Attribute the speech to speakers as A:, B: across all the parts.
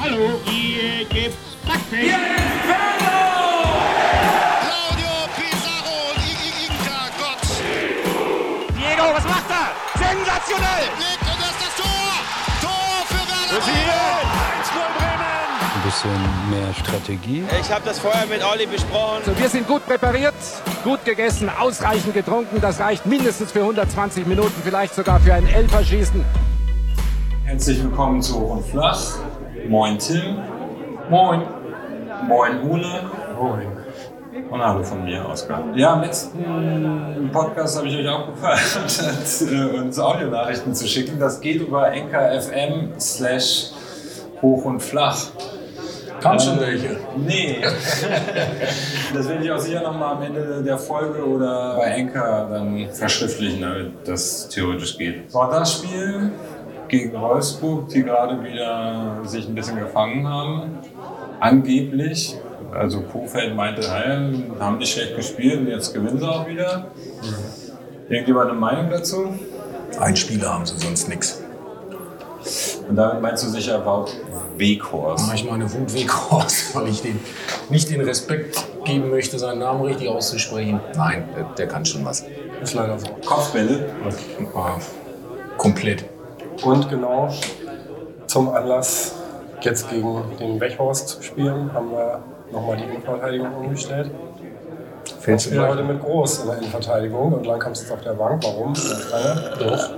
A: Hallo, hier gibt's Backpech.
B: Claudio Pizarro, Inka, Gott,
C: Diego, was macht er? Sensationell!
B: Nick und das ist das Tor! Tor für Werder!
D: bisschen mehr Strategie.
E: Ich habe das vorher mit Olli besprochen.
F: Wir sind gut präpariert, gut gegessen, ausreichend getrunken. Das reicht mindestens für 120 Minuten, vielleicht sogar für ein Elferschießen.
G: Herzlich willkommen zu Hoch und Flach. Moin Tim. Moin. Moin Ole. Moin. Und hallo von mir, Oskar. Ja, im letzten Podcast habe ich euch auch gefragt, äh, uns Audionachrichten zu schicken. Das geht über enkerfm slash hoch und flach. Kam schon welche? Nee. das werde ich auch sicher nochmal am Ende der Folge oder bei Enker dann verschriftlichen, damit das theoretisch geht. So, das Spiel gegen Wolfsburg, die gerade wieder sich ein bisschen gefangen haben. Angeblich, also Kofeld meinte, hey, haben nicht schlecht gespielt und jetzt gewinnen sie auch wieder. Irgendjemand eine Meinung dazu?
H: Ein Spieler haben sie Also sonst nichts.
G: Und damit meinst du sicher überhaupt Weghorst.
H: Mache ich meine Wut weg raus, weil ich dem nicht den Respekt geben möchte, seinen Namen richtig auszusprechen. Nein, der, der kann schon was. Ist leider so.
G: Mhm. Kopfbälle.
H: Ah, komplett.
I: Und genau zum Anlass, jetzt gegen den Wechhorst zu spielen, haben wir nochmal die Innenverteidigung umgestellt.
H: Fällst
I: Wir heute mit Groß in der Innenverteidigung und Langkamp sitzt auf der Bank. Warum?
H: Doch.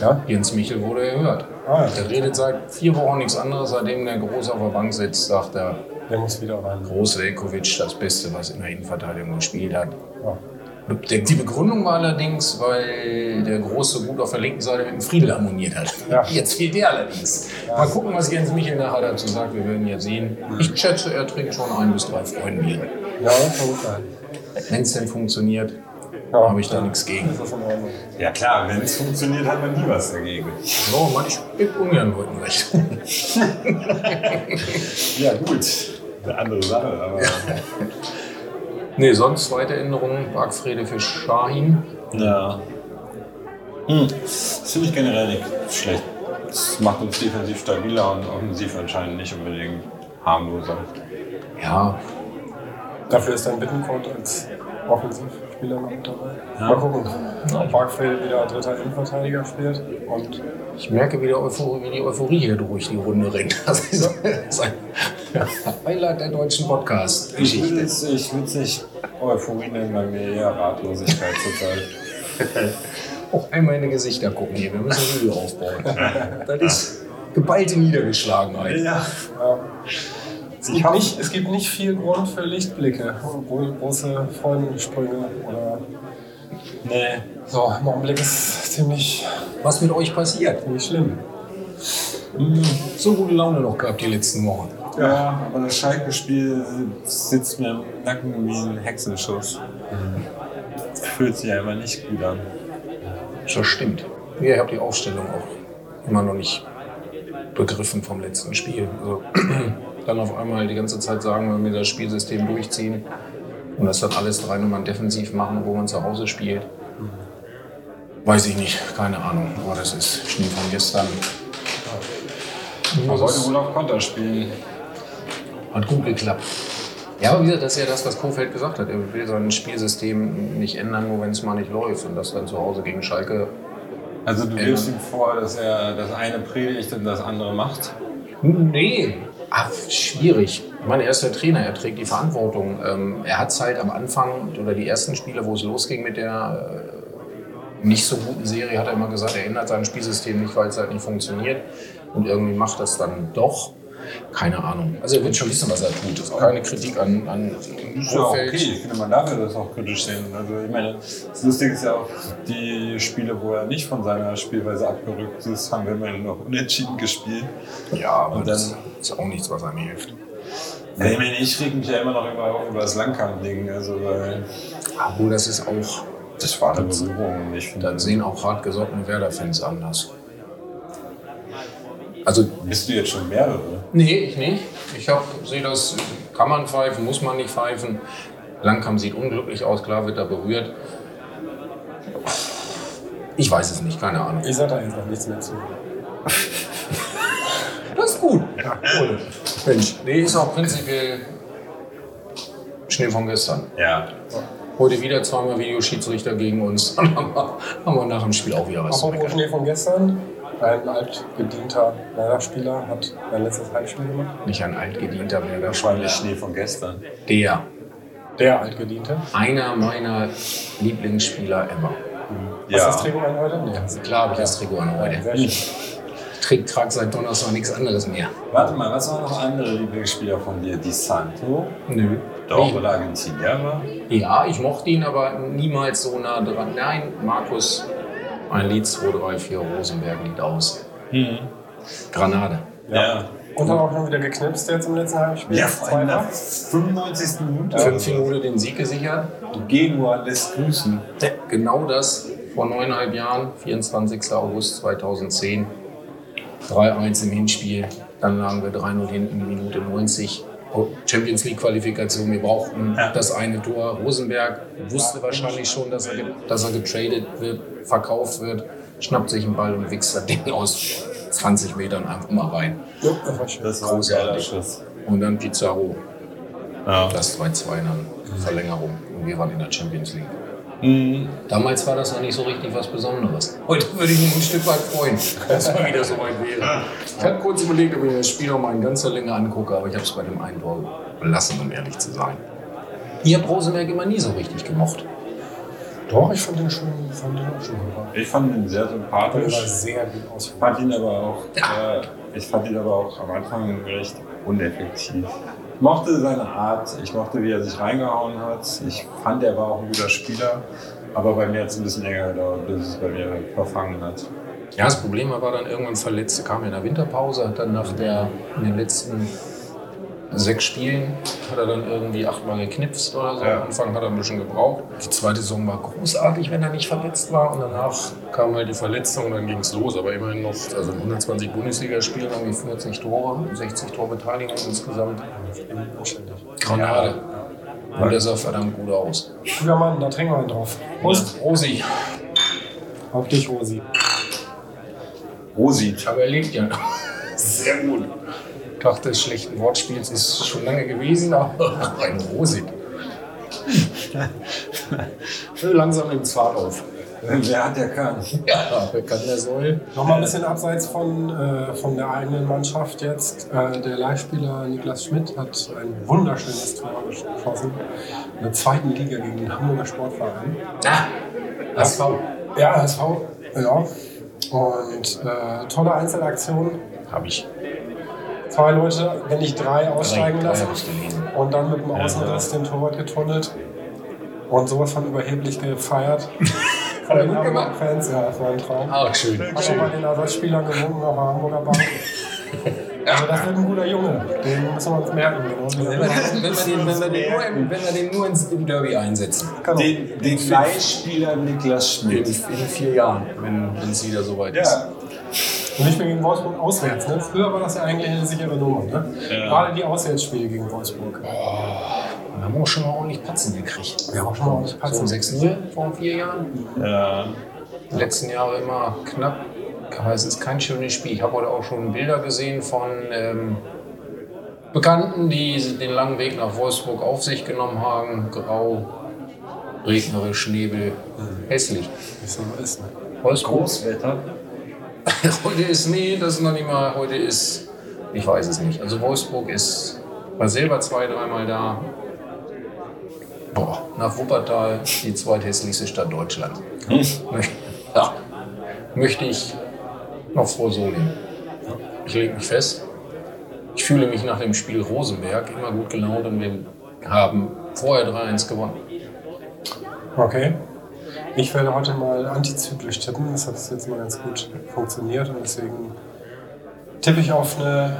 I: Ja?
H: Jens Michel wurde gehört.
I: Ah,
H: Der redet seit vier Wochen nichts anderes, seitdem der Groß auf der Bank sitzt, sagt er,
I: der muss wieder rein.
H: Groß Velkovic das Beste, was in der Innenverteidigung gespielt hat.
I: Ja.
H: Die Begründung war allerdings, weil der Große gut auf der linken Seite mit dem Friedel harmoniert hat.
I: Ja.
H: Jetzt fehlt der allerdings. Mal gucken, was Jens Michel nachher dazu sagt. Wir werden ja sehen. Ich schätze, er trinkt schon ein bis drei Freunde.
I: Ja, kann gut sein.
H: Wenn es denn funktioniert,
I: Ja.
H: habe ich da nichts gegen.
I: Das ist in Ordnung.
G: Ja klar, wenn es funktioniert, hat man nie was dagegen.
H: So, Mann, ich gebe ungern Leuten recht.
G: Ja gut, eine andere Sache, aber
H: nee, sonst zweite Änderung. Bargfrede für Shahin.
G: ja. Hm. Das finde ich generell nicht schlecht. Das macht uns defensiv stabiler und offensiv anscheinend nicht unbedingt harmloser.
H: Ja,
I: Dafür ist dann Bittencourt als Offensivspieler noch mit dabei. Mal gucken. Ob Barkfeld wieder dritter Innenverteidiger spielt. Und
H: Ich merke wieder, Euphorie, wie die Euphorie hier durch die Runde rennt. Das ist ein Highlight der deutschen
G: Ich will
H: Podcast-Geschichte.
G: es ich will's nicht Euphorie nennen, bei mir eher Ratlosigkeit zurzeit.
H: Auch einmal in die Gesichter gucken hier. Wir müssen Mühe aufbauen. Das ist geballte Niedergeschlagenheit.
G: Ja.
I: es, gibt nicht, es gibt nicht viel Grund für Lichtblicke. Obwohl große Freundensprünge oder.
G: Nee.
I: So, im Augenblick ist ziemlich,
H: Was mit euch passiert? Hm,
I: ziemlich schlimm.
H: So gute Laune noch gehabt die letzten Wochen.
G: Ja, aber das Schalke-Spiel sitzt mir im Nacken wie ein Hexenschuss. Mhm. Fühlt sich einfach nicht gut an.
H: Das stimmt. Ja, ich habe die Aufstellung auch immer noch nicht begriffen vom letzten Spiel. Also, dann auf einmal die ganze Zeit sagen, wenn wir das Spielsystem durchziehen und das dann alles drei Nummern defensiv machen, wo man zu Hause spielt. Weiß ich nicht, keine Ahnung. Aber das ist Schnee von gestern.
G: Man sollte wohl auf Konter spielen.
H: Hat gut geklappt. Ja, aber wie gesagt, das ist ja das, was Kofeld gesagt hat. Er will sein Spielsystem nicht ändern, nur wenn es mal nicht läuft. Und das dann zu Hause gegen Schalke
G: Also du wirfst ihm vor, dass er das eine predigt und das andere macht.
H: Nee. Ach, schwierig. Ich meine, er ist der Trainer, er trägt die Verantwortung. Ähm, er hat es halt am Anfang oder die ersten Spiele, wo es losging mit der äh, nicht so guten Serie, hat er immer gesagt, er ändert sein Spielsystem nicht, weil es halt nicht funktioniert. Und irgendwie macht das dann doch. Keine Ahnung. Also er wird schon wissen, was er tut. Das ist keine Kritik an, an
G: Ist ja auch okay,
H: Kofeld.
G: ich finde, man darf ja das auch kritisch sehen. Also ich meine, das Lustige ist ja auch, die Spiele, wo er nicht von seiner Spielweise abgerückt ist, haben wir immerhin noch unentschieden gespielt.
H: Ja, aber
G: Und
H: das
G: dann-
H: ist auch nichts, was ihm hilft.
G: Ja, ich meine, ich reg mich ja immer noch über, über das Langkampf-Ding. Also, weil
H: Obwohl, das ist auch,
G: das war eine Berührung. Ich finde,
H: dann sehen auch hartgesottene Werder-Fans anders. Also
G: bist du jetzt schon mehrere.
H: Nee, ich nicht. Ich sehe das, kann man pfeifen, muss man nicht pfeifen. Langkamp sieht unglücklich aus, klar wird er berührt. Ich weiß es nicht, keine Ahnung.
I: Ich sag da jetzt noch nichts mehr zu.
H: Das ist gut. Ja, cool. Mensch, nee, ist auch prinzipiell Schnee von gestern.
G: Ja.
H: Heute wieder zweimal Videoschiedsrichter gegen uns. Dann haben wir- haben wir nach dem Spiel auch wieder was zu
I: Apropos
H: meckern.
I: Schnee von gestern. Ein altgedienter Leiderspieler hat sein letztes Heimspiel gemacht.
H: Nicht ein altgedienter Berger
G: Wahrscheinlich Schnee von gestern.
H: Der,
I: Der altgediente.
H: einer meiner Lieblingsspieler ever.
I: Hast du
G: Ja.
I: das Trikot an heute? Nee, hast du
H: Klar habe ich das Trikot an heute.
I: Sehr schön.
H: Trick, trag seit Donnerstag nichts anderes mehr.
G: Warte mal, was waren noch andere Lieblingsspieler von dir? Die Santo?
H: Nö.
G: Doch,
H: Nee.
G: oder Argentinier war?
H: Ja, ich mochte ihn, aber niemals so nah dran. Nein, Markus, ein Lied 234 Rosenberg liegt aus. Granate.
G: Ja.
I: Und hat auch schon wieder geknipst jetzt im letzten Heimspiel.
G: Ja, vor allem nach
I: Zweimal.
G: 95. Minute.
H: Fünf Minuten den Sieg gesichert.
G: Die Genua lässt grüßen.
H: Genau das vor neuneinhalb Jahren, 24. August 2010. 3-1 im Hinspiel, dann lagen wir 3-0 hinten, Minute 90. Champions League Qualifikation, wir brauchten das eine Tor. Rosenberg wusste wahrscheinlich schon, dass er, ge- dass er getradet wird, verkauft wird, schnappt sich einen Ball und wichst das Ding aus 20 Metern einfach mal rein.
I: Ja, das war schön.
G: Das war ein geiler Schuss.
H: Und dann Pizarro,
G: Ja.
H: das 2-2 in der Verlängerung. Und wir waren in der Champions League. Damals war das noch nicht so richtig was Besonderes. Heute würde ich mich ein Stück weit freuen, dass mal wieder so weit wäre. Ich habe kurz überlegt, ob ich mir das Spiel noch mal in ganzer Länge angucke, aber ich habe es bei dem einen Tor belassen, um ehrlich zu sein. Ihr habt Rosenberg immer nie so richtig gemocht.
I: Doch, ich fand den schon, fand den auch schon gut.
G: Ich fand ihn sehr
I: Der war
G: sympathisch.
I: sehr gut aus.
G: Ich fand ihn aber auch, äh, ich fand ihn aber auch am Anfang recht uneffektiv. Ich mochte seine Art, ich mochte, wie er sich reingehauen hat. Ich fand, er war auch ein guter Spieler. Aber bei mir hat es ein bisschen länger gedauert, bis es bei mir verfangen hat.
H: Ja, das Problem war dann irgendwann verletzt, er kam in der Winterpause, hat dann nach der, in den letzten sechs Spielen, hat er dann irgendwie achtmal geknipst oder so.
G: Ja.
H: Am Anfang hat er ein bisschen gebraucht. Die zweite Saison war großartig, wenn er nicht verletzt war. Und danach kam halt die Verletzung und dann ging es los. Aber immerhin noch, also in 120 Bundesligaspielen haben wir 40 Tore, 60 Torbeteiligung insgesamt. Granate. Und der sah verdammt gut aus.
I: Guter Mann, da trinken wir einen drauf.
H: Prost, Rosi.
I: Auf dich, Rosi.
G: Rosi,
H: Aber er lebt ja noch. Sehr gut. Tag des schlechten Wortspiels ist schon lange gewesen, aber ein Rosig. Langsam im Zart auf.
G: wer hat der kann?
H: Ja, wer kann der soll?
I: Nochmal ein bisschen abseits von, äh, von der eigenen Mannschaft jetzt. Äh, der Leihspieler Niklas Schmidt hat ein wunderschönes Tor geschossen. In der zweiten Liga gegen den Hamburger Sportverein.
H: Na, das war.
I: Ja, HSV. Ja. genau. Und äh, tolle Einzelaktion.
H: Hab ich.
I: Zwei Leute, wenn nicht drei, aussteigen
H: Drei- drei
I: lassen.
H: hab ich gelesen.
I: Und dann mit dem Außenriss den Torwart getunnelt. Und sowas von überheblich gefeiert. Von den Hamburger Fans, ja, das war ein Traum.
H: Ach, schön.
I: Hat auch mal den Ersatzspielern gewunken auf der Hamburger Bank. Also das wird ein guter Junge. Den müssen wir uns merken. genau.
H: Wenn wir, den, wenn, wir den, wenn, wir den nur im, wenn wir den nur ins, im Derby einsetzen.
G: Den, den Fleischspieler Niklas
H: In, in
G: Schmidt.
H: vier Jahren, wenn wenn es wieder soweit ist.
G: Ja,
I: Und nicht mehr gegen Wolfsburg auswärts. Ne? Früher war das ja eigentlich eine sichere Nummer. Ne? Gerade die Auswärtsspiele gegen Wolfsburg.
H: Wir haben auch schon mal ordentlich Patzen gekriegt.
I: Wir haben auch schon mal ordentlich Patzen.
H: So 6-0 vor vier Jahren.
G: ja.
H: Die letzten Jahre immer knapp. Aber es ist kein schönes Spiel. Ich habe heute auch schon Bilder gesehen von ähm, Bekannten, die den langen Weg nach Wolfsburg auf sich genommen haben. Grau, regnerisch, Nebel, hässlich.
I: Das ist, ne?
H: Wolfsburg.
G: Großwetter.
H: heute ist, nee, das ist noch nicht mal, heute ist, ich weiß es nicht. Also Wolfsburg ist, war selber zwei, dreimal da. Boah, nach Wuppertal die zweithässlichste Stadt Deutschlands. Möcht- Ja, möchte ich noch vor Solingen. Ich lege mich fest. Ich fühle mich nach dem Spiel Rosenberg immer gut gelaunt und wir haben vorher 3-1 gewonnen.
I: Okay. Ich werde heute mal antizyklisch tippen. Das hat jetzt mal ganz gut funktioniert. Und deswegen tippe ich auf eine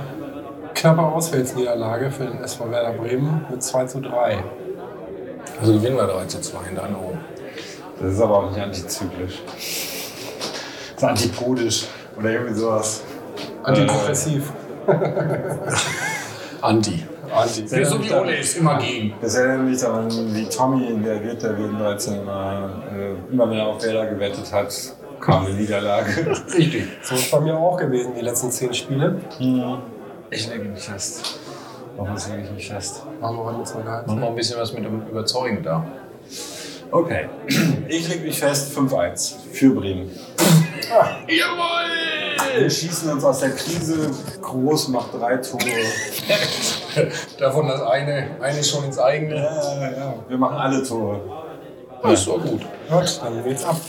I: knappe Auswärtsniederlage für den SV Werder Bremen mit 2 zu 3.
H: Also gewinnen wir 3 zu 2 in deinen Augen.
G: Das ist aber auch nicht antizyklisch. Das ist antipodisch oder irgendwie sowas.
I: Antidepressiv.
H: Anti.
I: Anti.
H: Wir sind Also die Ole ist immer gegen.
G: Das erinnert mich daran, wie Tommy in der Winterwin 19 immer, äh, immer wenn er auf Werder gewettet hat, kam eine Niederlage.
H: Richtig.
I: So ist bei mir auch gewesen, die letzten zehn Spiele.
E: Ich lege mich fest. Warum lege ich mich fest?
I: Machen wir heute mit zwei
H: Machen
I: Geheimnissen.
H: wir ein bisschen was mit dem Überzeugen da.
E: Okay.
G: Ich leg mich fest, 5-1 für Bremen. Jawohl! Wir schießen uns aus der Krise. Groß macht drei Tore.
H: Davon das eine, eine schon ins eigene.
G: Ja, ja, ja. Wir machen alle Tore.
H: Das ist doch gut.
I: Gut, dann geht's ab.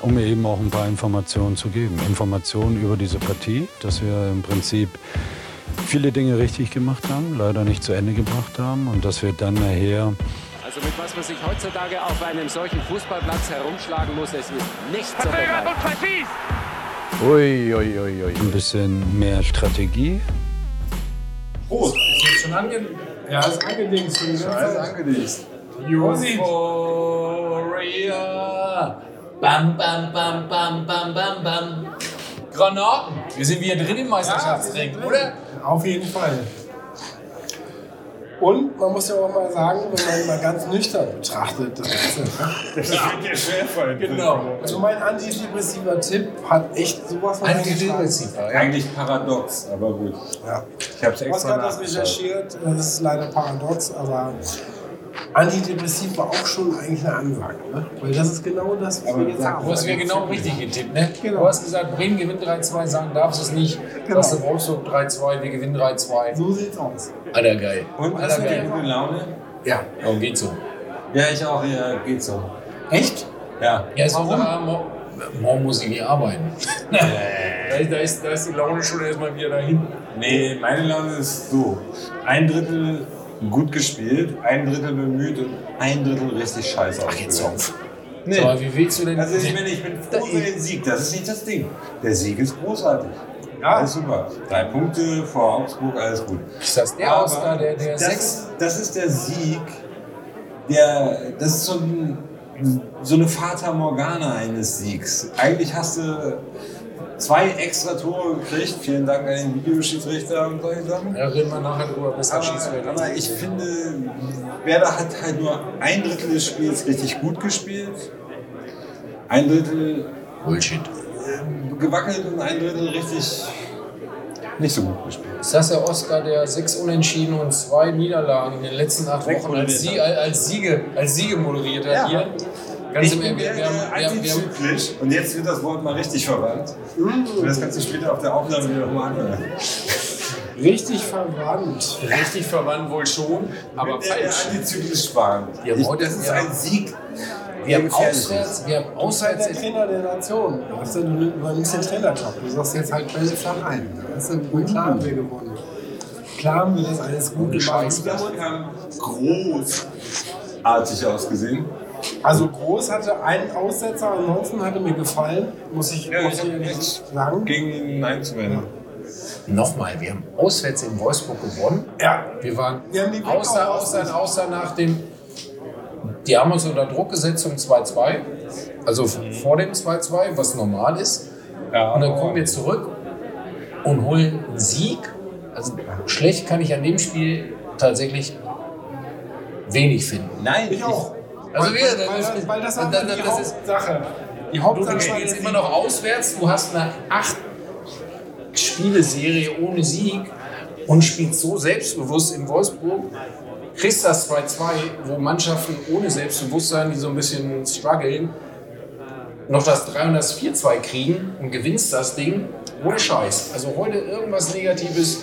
D: um mir eben auch ein paar Informationen zu geben. Informationen über diese Partie, dass wir im Prinzip viele Dinge richtig gemacht haben, leider nicht zu Ende gebracht haben und dass wir dann nachher
F: Also mit was man sich heutzutage auf einem solchen Fußballplatz herumschlagen muss, es ist nicht zu
C: Verzögert
F: vergleichen.
C: und präzis.
D: ein bisschen mehr Strategie
G: Prost!
H: Ist schon ange
I: Ja, ist angedingst. die ganze
G: Scheiße,
I: Zeit.
G: angedicht.
I: Josi.
H: Euphoria. Bam, bam, bam, bam, bam, bam, bam. Granaten. Wir sind wieder drin im Meisterschaftsring, oder?
I: Auf jeden Fall. Und man muss ja auch mal sagen, wenn man mal ganz nüchtern betrachtet, das Ganze. ne?
G: Das wird dir schwerfallen.
H: Genau.
I: Also mein antidepressiver Tipp hat echt sowas von
H: Antidepressiva, ja.
G: Eigentlich paradox, aber gut.
I: Ja.
G: Ich hab's extra
I: Oskar hat das
G: nachgeschaut.
I: recherchiert, das ist leider paradox, aber antidepressiv war auch schon eigentlich eine Ansage. Ne? Weil das ist genau das, was wir jetzt haben.
H: Du hast mir genau richtig getippt, ne?
I: Genau.
H: Du hast gesagt, Bremen gewinnt 3-2, sagen darfst du es nicht.
I: Genau.
H: Hast du Wolfsburg 3-2, wir gewinnen 3-2.
I: So sieht's aus.
H: Alter, geil.
G: Und hast
H: Alter,
G: du die
H: geil.
G: gute Laune?
I: Ja.
H: Warum geht's so?
G: Ja, ich auch. Ja, geht so.
I: Echt?
G: Ja.
H: Ja, ist Warum? Morgen muss ich hier arbeiten. da, ist, da, ist, da ist die Laune schon erstmal wieder dahin.
G: Nee, meine Laune ist so. Ein Drittel gut gespielt, ein Drittel bemüht und ein Drittel richtig scheiße Ach,
H: jetzt Nee. So, aber wie willst du denn.
G: Also ich meine, ich bin froh für den Sieg, das ist nicht das Ding. Der Sieg ist großartig. Ja, alles super. Drei Punkte vor Augsburg, alles gut.
H: ist das der
G: Aber
H: Oscar, der, der
G: das,
H: sechs?
G: ist, das ist der Sieg, der, das ist so, ein, so eine Fata Morgana eines Siegs. Eigentlich hast du zwei extra Tore gekriegt, vielen Dank an den Videoschiedsrichter und solche Sachen.
H: Ja, reden wir nachher drüber, besser schießen wir
G: Aber, aber ich finde, Werder hat halt nur ein Drittel des Spiels richtig gut gespielt, ein Drittel
H: Bullshit.
G: gewackelt und ein Drittel richtig nicht so gut gespielt.
H: Ist das der Oscar, der sechs Unentschieden und zwei Niederlagen in den letzten acht
G: Sechs
H: Wochen
G: moderiert
H: als, Sie, als, Siege, als Siege moderiert hat?
G: Ja.
H: Hier? Ganz
G: ich
H: im
G: bin
H: Ernst, wir,
G: der,
H: wir,
G: der
H: haben- wir, wir,
G: antizyklisch und jetzt wird das Wort mal richtig verwandt. Und das kannst du später auf der Aufnahme wieder nochmal anhören.
I: Richtig verwandt.
H: wir richtig verwandt wohl schon, aber
G: der, der
H: falsch.
G: antizyklisch war.
H: Wir haben
G: Ich-
H: heute-
G: Das ist
H: ja.
G: ein Sieg.
H: Wir
G: der
H: haben
G: gefährlich ist.
H: auswärts, wir haben
I: Außer
H: auswärts
I: der Trainer der Nation. Weißt du, du übernimmst den Trainerjob. Du sagst jetzt halt Bälle flach ein. Weißt du,
H: Mhm.
I: wohl klar haben wir gewonnen. Klar haben wir das alles gut gemacht.
G: Wir haben großartig ausgesehen.
I: Also Groß hatte einen Aussetzer, ansonsten hatte mir gefallen. Muss ich,
G: Ja,
I: muss
G: ich
I: ich
G: hab
I: ehrlich
G: recht.
I: sagen.
G: Gegen ihn einzuwenden.
H: Nochmal, wir haben auswärts in Wolfsburg gewonnen.
I: Ja,
H: Wir waren
I: Wir haben die Blick
H: außer,
I: auf-
H: außer, außer nach dem. Die haben uns unter Druck gesetzt um 2-2. Also vor dem 2-2, was normal ist.
G: Ja,
H: Und dann
G: aber-
H: kommen wir zurück und holen einen Sieg. Also schlecht kann ich an dem Spiel tatsächlich wenig finden.
G: Nein,
I: ich auch.
H: Also wir-
I: weil, weil, weil das, war
H: das-
I: die
H: das ist-
I: Hauptsache. Die
H: Du
I: Hauptsache war
H: spielst
I: der
H: immer
I: Sieg.
H: noch auswärts. Du hast eine acht Spieleserie ohne Sieg und spielst so selbstbewusst in Wolfsburg. Kriegst das 2-2, wo Mannschaften ohne Selbstbewusstsein, die so ein bisschen strugglen, noch das 3 und das 4-2 kriegen und gewinnst das Ding ohne Scheiß. Also heute irgendwas Negatives.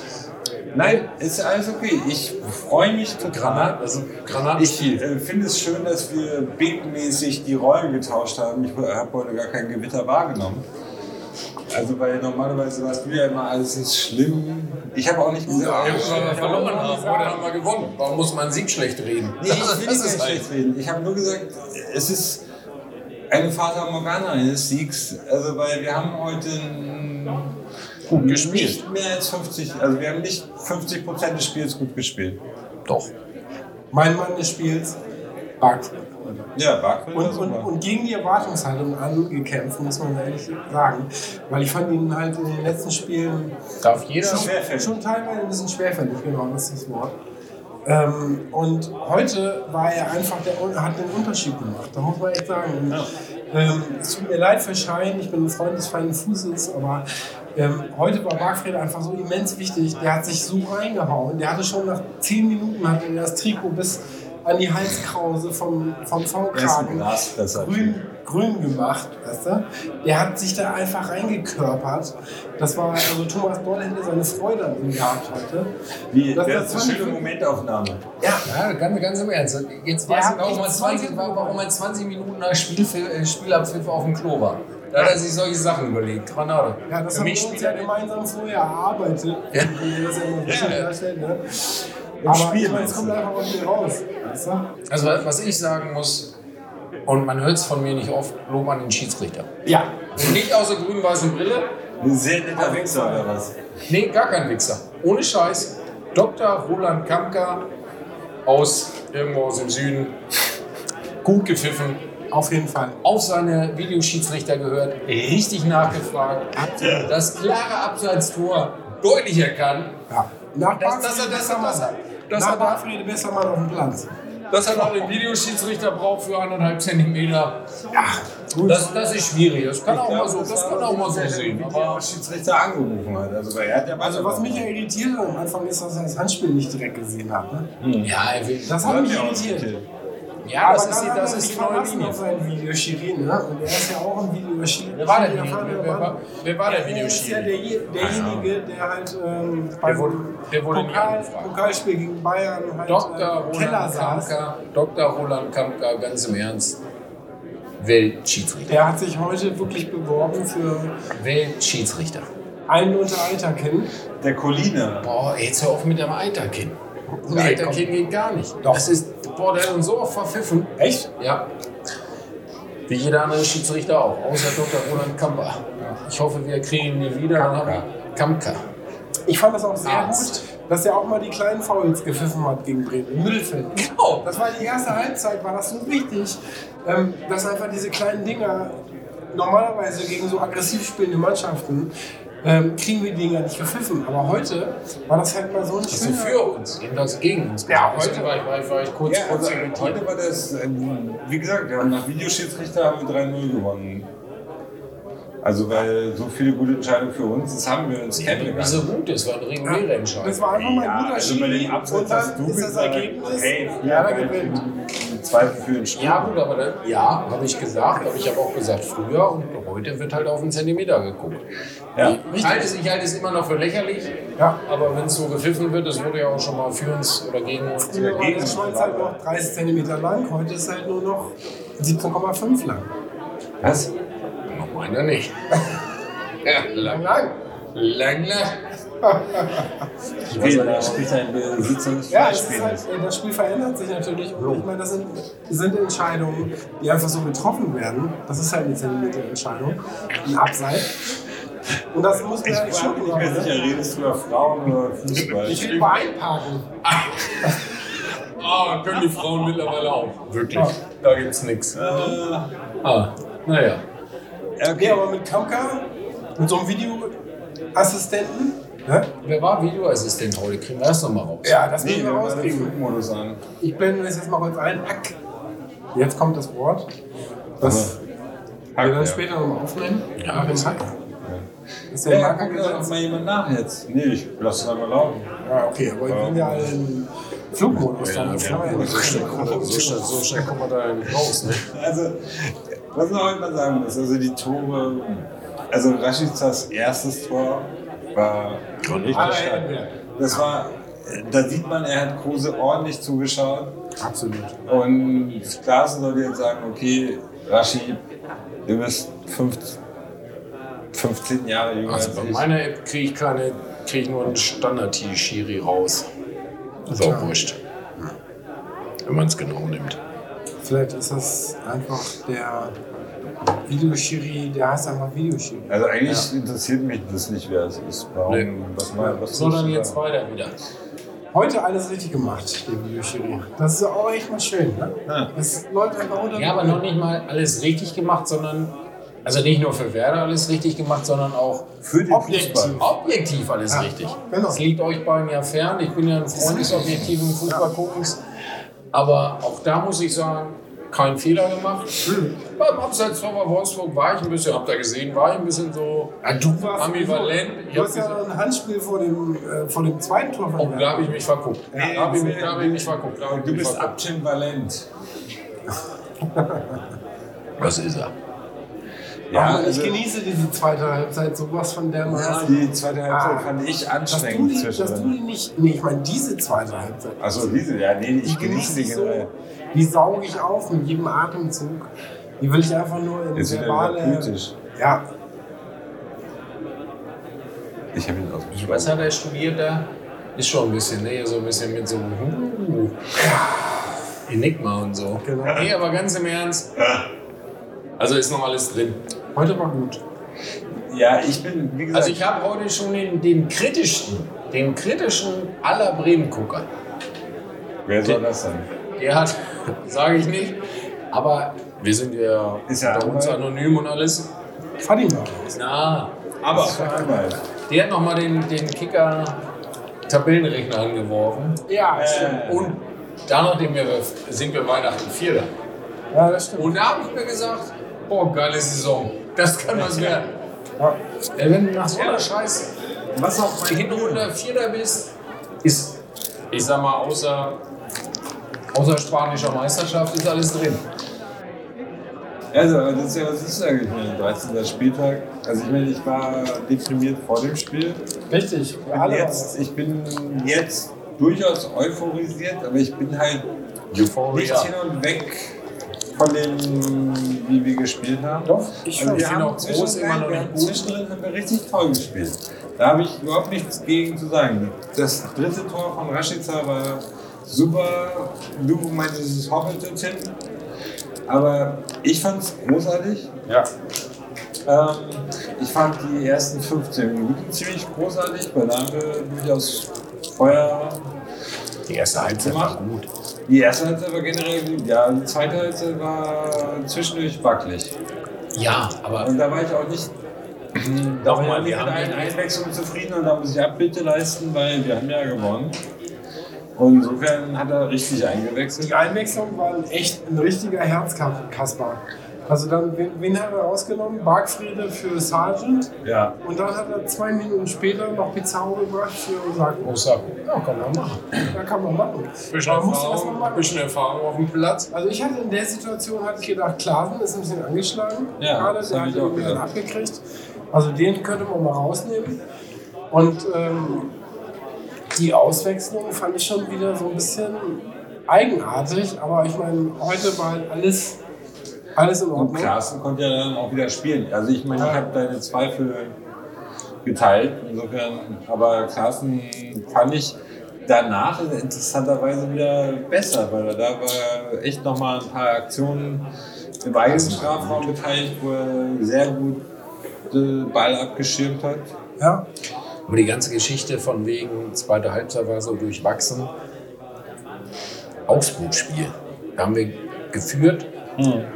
G: Nein, ist alles okay. Ich freue mich total.
H: Granat, also Granat
G: Ich äh, finde es schön, dass wir bildmäßig die Rollen getauscht haben. Ich habe heute gar kein Gewitter wahrgenommen. Also, weil normalerweise warst du ja immer, alles ist schlimm. Ich habe auch nicht gesagt,
H: Ja, weil wir verloren haben, heute haben wir gewonnen. Warum muss man Sieg schlecht reden? halt
G: Nee, ich will nicht mehr schlecht reden. Ich habe nur gesagt, es ist eine Fata Morgana eines Siegs. Also, weil wir haben heute gut
H: gespielt.
G: Nicht mehr als 50, also wir haben nicht 50 Prozent des Spiels gut gespielt.
H: Doch.
I: Mein Mann des Spiels, Barkley.
G: Ja, Barclay war
I: Und, und,
G: super.
I: und gegen die Erwartungshaltung angekämpft, muss man ehrlich sagen. Weil ich fand ihn halt in den letzten Spielen
H: Darf jeder?
G: Schwerfällig.
I: Schon teilweise ein bisschen schwerfällig, genau, das ist das Wort. Ähm, und heute war er einfach, der hat den Unterschied gemacht, da muss man echt sagen. Und, ähm, es tut mir leid für Schein, ich bin ein Freund des feinen Fußes, aber Ähm, heute war Markfred einfach so immens wichtig. Der hat sich so reingehauen. Der hatte schon nach 10 Minuten hatte der das Trikot bis an die Halskrause vom, vom
G: Er ist ein
I: V-Kragen
G: Glasfresser.
I: grün, grün gemacht. Weißt du? Der hat sich da einfach reingekörpert. Das war, also Thomas Doll hätte seine Freude an ihm gehabt heute.
G: Wie,
I: Das-
G: das,
I: das
G: ist
I: fand
G: eine
I: ich
G: schöne
I: wirklich-
G: Momentaufnahme.
I: Ja,
H: Ja, ganz, ganz im Ernst. Jetzt
I: Der
H: weiß
I: hat
H: ich, warum
I: echt
H: man 20,
I: 20
H: warum man 20 Minuten nach Spielfil- äh, Spielabpfiff auf dem Klo war. Da hat er sich solche Sachen überlegt. Granate.
I: Ja, das
H: Für
I: haben
H: mich
I: wir uns ja
H: Spieler.
I: gemeinsam vorher erarbeitet. Ja. Das ja immer ein bisschen
H: Ja.
I: darstellt, ne? Aber
G: Spiel
I: ich meine, es
G: meinst
I: kommt
G: du?
I: einfach aus mir raus. Weißt du?
H: Also was ich sagen muss, und man hört es von mir nicht oft, Lob an den Schiedsrichter.
I: Ja.
H: Nicht außer grün-weißen Brille.
G: Ein sehr netter Wichser oder was?
H: Nee, gar kein Wichser. Ohne Scheiß. Dr. Roland Kamka aus irgendwo aus dem Süden. Gut gepfiffen.
I: Auf jeden Fall.
H: auf seine Videoschiedsrichter gehört, richtig nachgefragt, hat das klare Abseitstor deutlich erkannt.
I: Ja. Nach
H: Das- das- das-
I: Barfriede
H: das-
I: besser
H: das-
I: Mann.
H: das-
I: Nach
H: das-
I: Barfriede besser Mann auf dem Platz.
H: Dass er noch den Videoschiedsrichter braucht für anderthalb Zentimeter,
I: Ja, gut.
H: das, das ist schwierig. Das kann auch
G: Ich
H: mal
G: glaub,
H: so, das
G: war
H: kann auch mal so
G: der, der
H: sehen.
G: den
H: Aber
G: Schiedsrichter angerufen hat. Also, er hat ja
I: also was mich ja irritiert hat am Anfang ist, dass er das Handspiel nicht direkt gesehen hat. Ne?
H: Hm, ja, er will-
I: Das hat mich irritiert.
H: ja, das
I: Aber
H: ist die,
I: dann hat
H: das
I: er
H: ist
I: sich
H: die neue
I: verlassen
H: Linie.
I: auf seinen Videoschiri, ne? Und er ist ja auch ein Videoschiri.
H: Wer war der
I: Schiri,
H: Videoschiri?
I: erfahrener
H: Wer war-
I: Mann.
H: wer war der
I: Er ist ja
H: Videoschiri?
I: derje- derjenige, der halt ähm, beim
H: wurde- der wurde nie
I: Pokal,
H: angefragt.
I: Pokalspiel gegen Bayern halt
H: Dr.
I: äh, im Keller
H: Roland
I: saß.
H: Kamka, Dr. Roland Kamka, ganz im Ernst, Weltschiedsrichter.
I: Der hat sich heute wirklich beworben für
H: Weltschiedsrichter.
I: einen unter Alterkind.
G: Der Colina.
H: Boah, jetzt hör auf mit dem Eiterkind.
I: Nee,
H: Eiterkind geht gar nicht.
I: Doch.
H: Das ist, boah, der hat uns so oft verpfiffen.
I: Echt?
H: Ja. Wie jeder andere Schiedsrichter auch, außer Dr. Roland Kamper. Ich hoffe, wir kriegen ihn nie wieder. Dann haben wir Kamka.
I: Ich fand das auch sehr
H: Arzt.
I: gut, dass er auch mal die kleinen Fouls gepfiffen hat gegen Bremen. Im Mittelfeld.
H: Genau.
I: Das war die erste Halbzeit, war das so wichtig, ähm, dass einfach diese kleinen Dinger normalerweise gegen so aggressiv spielende Mannschaften ähm, kriegen wir die Dinger nicht gepfiffen. Aber heute war das halt mal so ein
H: Also
I: schöner...
H: für uns, jedenfalls gegen uns.
I: Ja,
H: Deswegen
I: heute-
H: war ich, war ich, war ich kurz,
G: Ja,
H: kurz
G: also,
H: irritiert.
G: heute war das, ähm, wie gesagt, wir haben nach Videoschiedsrichter haben wir 3-0 gewonnen. Also, weil so viele gute Entscheidungen für uns, das haben wir uns
H: Wie
G: kennengelernt.
H: so gut ist, war eine reguläre
I: das
H: Entscheidung.
I: war einfach mal ein guter
G: also bei
I: Schiri
G: dem Absatz
I: und dann
G: hast du
I: ist das
G: gesagt,
I: Ergebnis,
G: hey,
I: ja,
G: früher
I: da
G: galt
I: gewinnt.
G: im Zweifel für den Sturm.
H: Ja, gut, aber da, ja, habe ich gesagt, aber ich habe auch gesagt, früher und heute wird halt auf einen Zentimeter geguckt.
G: Ja.
H: Ich halte, es, ich halte es immer noch für lächerlich,
I: Ja.
H: aber wenn es so gepfiffen wird, das wurde ja auch schon mal für uns oder gegen uns.
I: Früher war
G: Gegner-
I: das Schwanz halt noch 30 cm lang, heute ist halt nur noch 17,5 lang.
G: Was?
H: Noch meiner nicht. ja, lang,
I: Lang.
H: lang, lang.
G: Ich weiß nicht, er spricht ein besitzendes
I: Ja, es ist
G: Spiel.
I: halt, das Spiel verändert sich natürlich. Und ich meine, das sind, sind Entscheidungen, die einfach so getroffen werden. Das ist halt eine Zentimeterentscheidung, ein Abseits. Und das muss man
G: Ich
I: halt
G: bin
I: schon
G: nicht mehr sicher, redest du über Frauen oder Fußball?
I: Ich will beeinparken.
H: Ah, können die Frauen mittlerweile auch. Äh. Wirklich, da gibt's nichts. Ah, naja.
I: Okay, aber mit Kamka, mit so einem Videoassistenten, ne?
H: Wer war Videoassistent heute? Kriegen wir das nochmal raus?
I: ja, das müssen
G: Nee,
I: wir
G: wir haben den
I: rauskriegen.
G: Flugmodus an.
I: Ich blende das jetzt mal kurz ein. Hack. Jetzt kommt das Wort. Das
G: Hack,
I: wir dann
G: ja.
I: später nochmal aufnehmen.
H: Ja,
I: Nach dem
H: ist
I: Hack. Ist der
G: Ja,
I: ja,
G: guck
I: Hack
G: mir doch mal jemand nach jetzt. Nee, ich lass es einfach laufen.
I: Ja, Ah, okay, aber ich bin ja alle im Flugmodus dann. Das kann man ja nicht
H: So schnell, so schnell kommen wir da ja nicht raus, ne?
G: Also, was man heute mal sagen muss, also die Tore, also Rashidas erstes Tor war richtig
H: Ah,
G: stark. Das war, da sieht man, er hat Kruse ordentlich zugeschaut.
I: Absolut.
G: Und Klaassen sollte jetzt sagen, okay, Rashi, du bist fünf, 15 Jahre jünger
H: Also
G: als
H: bei
G: ich.
H: meiner App kriege ich keine, kriege ich nur einen Standard-T-Shiri raus. Ist auch wurscht. Wenn man es genau nimmt.
I: Vielleicht ist das einfach der Videoschiri, der heißt einfach Videoschiri.
G: Also eigentlich interessiert mich das nicht, wer es ist. Warum,
H: Nee.
G: was mal, was
H: So, dann
G: willst du
H: jetzt
G: sagen?
H: weiter wieder.
I: Heute alles richtig gemacht, der Videoschiri. Das ist auch echt mal schön, ne? Das läuft einfach runter.
H: Ja, aber noch nicht mal alles richtig gemacht, sondern. Also nicht nur für Werder alles richtig gemacht, sondern auch
G: Für den
I: Objektiv.
G: Fußball.
H: objektiv alles
I: Ja,
H: richtig.
I: genau.
H: Das liegt euch beiden ja fern. Ich bin ja ein Freund des objektiven Fußballguckens. Aber auch da muss ich sagen, keinen Fehler gemacht.
I: Hm.
H: Beim Abseitstor Wolfsburg war ich ein bisschen, habt ihr gesehen, war ich ein bisschen so
I: Ja, du warst
H: ambivalent. Ich
I: Du
H: hab
I: hast ja
H: gesagt,
I: noch ein Handspiel vor dem, äh, vor dem zweiten Tor
H: oh,
I: verloren.
H: da habe ich mich verguckt. da habe ich, mich- da hab ich mich verguckt. Da hab ich
G: Du
H: mich
G: bist
H: verguckt.
G: abtimbalent.
H: Was ist er?
I: Ja, ich
H: also-
I: genieße diese zweite Halbzeit sowas von
G: Ja,
I: dermaßen.
G: also die zweite Halbzeit
I: Ah.
G: fand ich
I: dass, du
G: anstrengend
I: die, dass du
G: zwischendrin.
I: die nicht. Nee, ich meine diese zweite Halbzeit.
G: Also diese, ja, nee,
I: die
G: ich genieße die
I: ich so.
G: generell.
I: Die sauge ich auf mit jedem Atemzug. Die will ich einfach nur in
G: Jetzt wird er wieder
I: verbale.
G: politisch.
I: Ja,
G: Ich habe ihn aus dem
H: Was hat er halt, studiert da? Ist schon ein bisschen, ne? So ein bisschen mit so einem huh, Enigma und so.
I: Genau.
H: Nee, aber ganz im Ernst. Also ist noch alles drin.
I: heute war gut.
G: Ja, ich bin, wie gesagt,
H: Also ich habe heute schon den, den kritischsten, den kritischsten aller Bremen-Gucker.
G: wer soll das sein?
H: Der hat, sage ich nicht, aber wir sind ja,
G: Ist ja
H: unter uns
G: Anwalt.
H: anonym und alles.
I: Ferdinand.
H: Na,
G: Aber vereinbart.
H: der hat nochmal den, den Kicker-Tabellenrechner angeworfen.
I: Ja, stimmt.
H: Und danach dem wir, sind wir Weihnachten Vierter.
I: Ja, das stimmt.
H: Und da habe ich mir gesagt, boah, geile Saison. Das kann was werden. Ja, wenn du nach so einer Scheiße
G: Was auch
H: bei Hinrunde Vierter bist, ist, ich sag mal, außer, außer spanischer Meisterschaft ist alles drin.
G: Also, das ist ja, was ist eigentlich mein 13. Spieltag? Also, ich meine, ich war deprimiert vor dem Spiel.
I: Richtig.
G: Bin
I: Alle
G: jetzt, ich bin jetzt durchaus euphorisiert, aber ich bin halt nicht
H: Euphoria.
G: hin und weg von dem, wie wir gespielt haben.
I: Doch, ich
G: also, wir
H: finde
G: haben
H: auch groß
G: zwischendrin,
H: immer
G: wir
H: noch nicht
G: haben
H: gut.
G: zwischendrin haben wir richtig toll gespielt. Da habe ich überhaupt nichts gegen zu sagen. Das dritte Tor von Rashica war super. Du meintest, es ist hoppelt hinten. Aber ich fand es großartig.
I: Ja.
G: Ähm, ich fand die ersten 15 Minuten ziemlich großartig, weil da haben wir durchaus Feuer
H: Die erste Halbzeit
G: war
H: gut.
G: die erste Halbzeit war generell gut, ja. Die zweite Halbzeit war zwischendurch wackelig.
H: Ja, aber
G: Und da war ich auch nicht. Da war ich
H: nochmal,
G: auch
H: wir
G: nicht mit
H: haben
G: allen
H: den-
G: Einwechslungen zufrieden und da muss ich Abbitte leisten, weil wir haben ja gewonnen. Und insofern hat er richtig eingewechselt.
I: Die Einwechslung war ein echt ein richtiger Herzkasper. Also dann, wen, wen hat er rausgenommen? Bargfriede für Sargent.
G: Ja.
I: Und dann hat er zwei Minuten später noch Pizarro gebracht für Osako.
H: Osako. Ja, kann man machen.
I: Da kann man machen.
H: Bisschen
I: Man muss erst mal
H: Erfahrung,
I: machen.
H: bisschen Erfahrung auf dem Platz.
I: Also ich hatte in der Situation hatte ich gedacht, Klasen ist ein bisschen angeschlagen.
G: Ja,
I: gerade,
G: das
I: der
G: hab
I: hat
G: ich auch
I: irgendwie einen
G: gedacht.
I: abgekriegt. Also den könnte man mal rausnehmen. Und ähm, die Auswechslung fand ich schon wieder so ein bisschen eigenartig. Aber ich meine, heute war halt alles, alles in
G: Und
I: Ordnung.
G: Klaassen konnte ja dann auch wieder spielen. Also ich meine, ich habe deine Zweifel geteilt. Insofern, aber Klaassen fand ich danach interessanterweise wieder besser, weil er da war echt nochmal ein paar Aktionen im eigenen Strafraum beteiligt, wo er sehr gut den Ball abgeschirmt hat.
I: Ja.
H: Aber die ganze Geschichte von wegen zweite Halbzeit war so durchwachsen. Augsburg-Spiel. Da haben wir geführt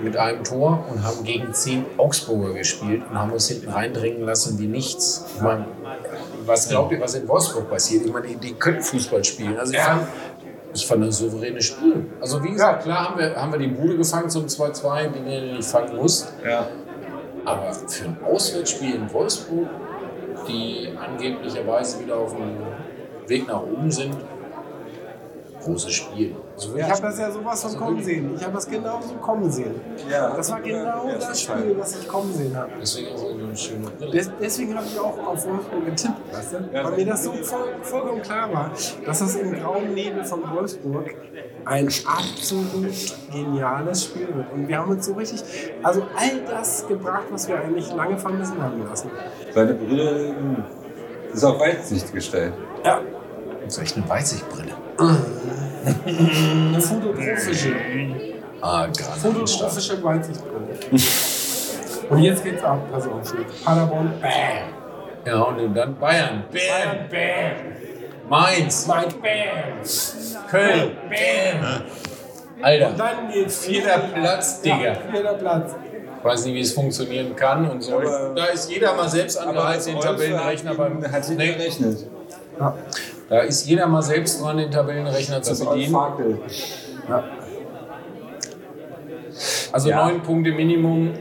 H: mit einem Tor und haben gegen zehn Augsburger gespielt und haben uns hinten reindringen lassen wie nichts. Ich meine, was glaubt ihr, was in Wolfsburg passiert? Ich meine, die, die können Fußball spielen. Also ich, fand, ich fand das souveränes Spiel. Also wie gesagt, klar haben wir, haben wir die Bude gefangen zum 2-2, den ihr nicht fangen musst.
G: Ja.
H: Aber für ein Auswärtsspiel in Wolfsburg, die angeblicherweise wieder auf dem Weg nach oben sind, großes Spiel. Also
I: Ich
H: wirklich,
I: habe das ja sowas von kommen sehen. Ich habe das genauso kommen sehen.
G: ja.
I: Das war genau
G: Ja,
I: das
G: total.
I: Spiel, was ich kommen sehen habe.
H: deswegen auch so eine schöne Brille.
I: Des, deswegen habe ich auch auf Wolfsburg getippt, weißt du?
G: Ja,
I: Weil mir das so voll, vollkommen klar war, dass das im grauen Nebel von Wolfsburg ein absolut geniales Spiel wird. Und wir haben uns so richtig, also all das gebracht, was wir eigentlich lange vermissen haben lassen.
G: Seine Brille hm, ist auf Weitsicht gestellt.
I: Ja,
H: Jetzt echt eine Weißigbrille.
I: eine fotografische,
H: Ah, gar nicht.
I: fotografische Weitsichtbrille. Und jetzt geht's ab, pass auf. Paderborn, bam.
H: Ja, Genau, und dann Bayern. Bam.
I: Bayern, bam.
H: Mainz.
I: Mike, bam.
H: Köln. Bam. Alter,
I: Dann geht's.
H: Vierter Platz, Digga.
I: Ja, vierter Platz.
H: weiß nicht, wie es funktionieren kann und soll.
G: Aber-
H: Da ist jeder mal selbst angehalten, den
G: Rolf hat
H: Tabellenrechner
G: ihn-
H: beim.
G: hat ihn
H: Nee,
G: gerechnet.
H: Da ist jeder mal selbst dran, den Tabellenrechner
G: Das
H: zu
G: ist ein
H: bedienen.
G: Fakel.
H: Also
G: Ja.
H: neun Punkte Minimum,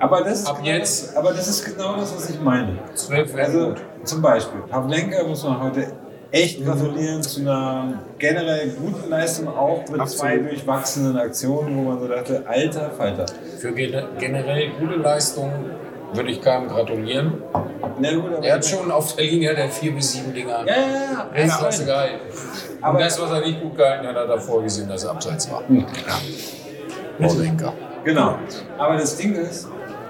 G: Aber das,
H: Ab jetzt?
G: aber das ist genau das, was ich meine.
H: zwölf werden
G: Also
H: gut.
G: zum Beispiel, Pavlenka muss man heute echt gratulieren zu einer generell guten Leistung, auch mit zwei durchwachsenen Aktionen, wo man so dachte, alter Falter.
H: Für gene- generell gute Leistung würde ich keinem gratulieren.
G: Na Ne, gut, aber
H: Er hat schon auf der Linie der vier bis sieben Dinger.
G: Ja, ja, ja. ja,
H: Weltklasse gehalten.
G: Aber- Hm.
H: Und das, was er nicht gut gehalten hat, hat er vorgesehen, dass er abseits war. Vordenker.
G: Genau. Aber das Ding ist,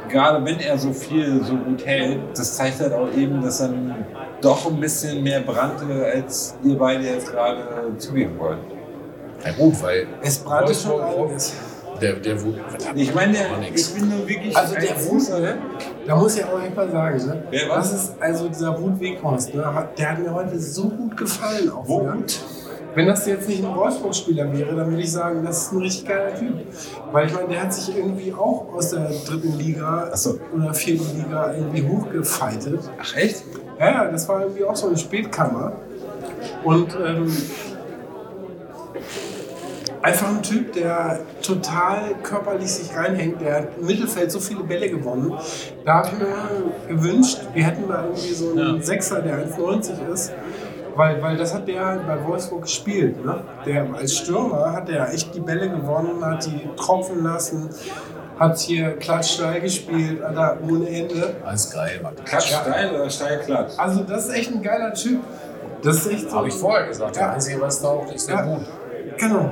G: gerade wenn er so viel so gut hält, das zeigt halt auch eben, dass er doch ein bisschen mehr brannte, als ihr beide jetzt gerade zugeben wollt.
H: Na gut, weil
G: Es brannte schon
H: Wolfsburg-
G: einiges.
H: der, der Wut. was hat-
G: Ich meine,
H: war
G: der,
H: nix.
G: ich bin nur wirklich
I: Also
G: ein
I: der Fuß, ne? Da muss ich auch echt mal sagen, ne?
G: Wer was?
I: das ist also dieser Wut Weghorst, ne? hat- Der hat mir heute so gut gefallen. Auch, Ne?
G: Wut.
I: Wenn das jetzt nicht ein Wolfsburg-Spieler wäre, dann würde ich sagen, das ist ein richtig geiler Typ. Weil ich meine, der hat sich irgendwie auch aus der dritten Liga
G: Ach so.
I: oder vierten Liga irgendwie hochgefeitet.
G: Ach echt?
I: Ja, ja, das war irgendwie auch so eine Spätkammer. Und ähm, einfach ein Typ, der total körperlich sich reinhängt. Der hat im Mittelfeld so viele Bälle gewonnen. Da habe ich mir mal gewünscht, wir hätten da irgendwie so einen Sechser, der 1,90 ist. Weil, weil das hat der halt bei Wolfsburg gespielt. Ne? Der als Stürmer hat der echt die Bälle gewonnen, hat die tropfen lassen, hat hier Klatschsteil gespielt, Alter, ohne Ende.
H: Alles geil, Mann.
G: Klatsch steil oder steil klatsch?
I: Also das ist echt ein geiler Typ. Das ist echt so.
H: Habe ich vorher gesagt. Der Einzige, was taucht, ist der
I: Ja.
H: Wut.
I: Genau.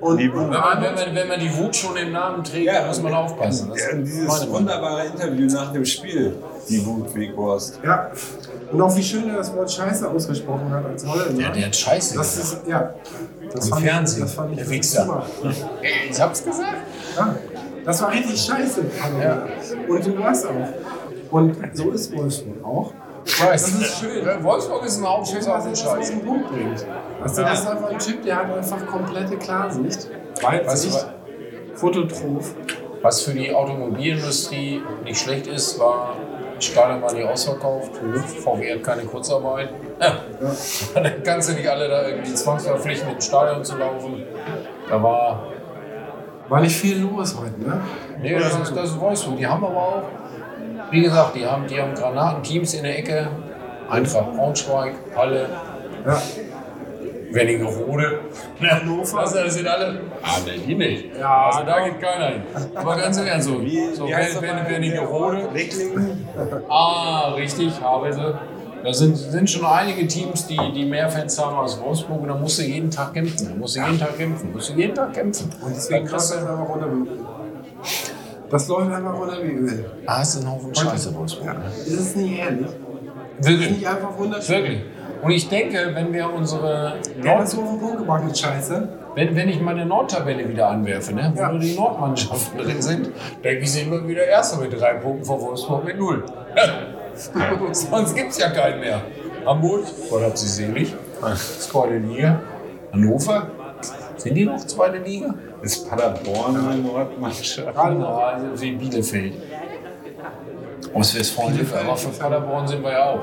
I: Und
G: Die Wut.
H: Wenn man, wenn, man, wenn man die Wut schon im Namen trägt,
G: Ja,
H: dann muss man
G: und-
H: aufpassen. Das
G: Ja, und
H: ist
G: dieses
H: meine Meinung.
G: wunderbare Interview nach dem Spiel, die Wut Weghorst.
I: ja. Und auch wie schön er das Wort Scheiße ausgesprochen hat als Holländer.
H: Ja, der hat Scheiße
I: das
H: gesagt.
I: ist ja. Das
H: Im
I: fand ich-
H: Fernsehen.
I: Das fand ich
H: Der
I: richtig
H: Wichser.
I: super.
H: Ich hab's gesagt.
I: Ja. Das war richtig scheiße. Ja. Und du warst auch. Und so ist Wolfsburg auch.
H: Scheiße.
I: Das ist schön.
H: Ja, Wolfsburg ist ein
I: Schön,
H: Hauptschuss auf
I: dass er
H: den
I: das auf
H: Scheiße.
I: den Punkt bringt. Also das ist einfach ein Typ, der hat einfach komplette Klarsicht.
H: Weißt du,
I: Weitsicht,
H: was-
I: Fototroph.
H: Was für die Automobilindustrie nicht schlecht ist, war Stadion war nicht ausverkauft, Hm. VW hat keine Kurzarbeit. Dann kannst du nicht alle da irgendwie zwangsverpflichten, im Stadion zu laufen. Da war.
I: War nicht viel los heute, ne?
H: Nee, das ist, das ist Wolfsburg. Die haben aber auch, wie gesagt, die haben, die haben Granatenteams in der Ecke. Eintracht Braunschweig, Halle,
I: Ja.
H: Wernigerode.
I: Hannover.
H: Das sind alle. Ah, nee, die nicht. Ja, also da geht keiner hin. Aber ganz im Ernst, so, so
G: heißt
H: Wer-
G: er
H: Wer-
G: mal?
H: Wernigerode.
G: Ricklingen?
H: Ah, richtig, Havelse. Da sind, sind schon einige Teams, die, die mehr Fans haben als Wolfsburg. Und da musst du jeden Tag kämpfen. Da musst du jeden Tag kämpfen. Musst du jeden Tag kämpfen.
I: Und deswegen
H: Da kriegst
I: läuft das einfach runter wie Öl. Das läuft einfach runter wie Öl.
H: du- ah, hast du einen Haufen Scheiße, Wolfsburg.
I: Ja. Ist es nicht herrlich? Ist
H: Wirklich.
I: nicht einfach wunderschön?
H: Wirklich. Und ich denke, wenn wir unsere
I: Ja, das
H: Nord
I: ist auf den Punkt gebracht mit Scheiße.
H: wenn, wenn ich meine Nordtabelle wieder anwerfe, ne, wo
I: Ja.
H: nur die Nordmannschaften drin sind, denke ich, sind wir wieder Erster mit drei Punkten vor Wolfsburg mit null. Sonst gibt es ja keinen mehr. Hamburg, Gott hab sie selig, ist zweite Liga. Hannover, sind die noch zweite Liga?
G: Ist Paderborn eine Nordmannschaft?
H: Gerade wie Bielefeld. Aus Westfalen, aber für Paderborn sind wir ja auch.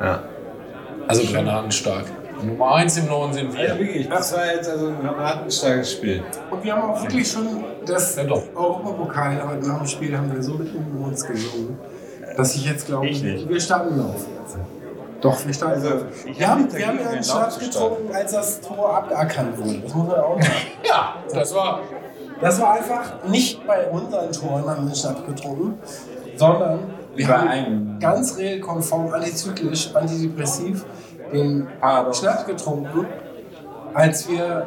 G: Ja.
H: Also Granatenstark. Nummer eins im Norden sind
G: Ja,
H: wir.
G: wirklich. Das war jetzt also ein granatenstarkes Spiel.
I: Und wir haben auch wirklich schon das
H: Ja, doch.
I: Europapokal heute nach dem Spiel haben wir so mit dem Mund gesungen, dass ich jetzt glaube,
G: Ich nicht.
I: wir starten auf. Doch, wir starten
G: Also,
I: auf.
G: ich
I: Wir
G: hab
I: haben,
G: nichts
I: wir haben ja
G: dagegen,
I: einen
G: den Lauf
I: Schnaps
G: zu starten.
I: getrunken, als das Tor aberkannt wurde. Das muss man auch sagen.
H: Ja, das war
I: Das war einfach nicht bei unseren Toren haben wir den Schnaps getrunken, sondern wir
G: Bei
I: haben
G: einem.
I: ganz regelkonform, antizyklisch, antidepressiv den
G: Paradox.
I: Schnaps getrunken, als wir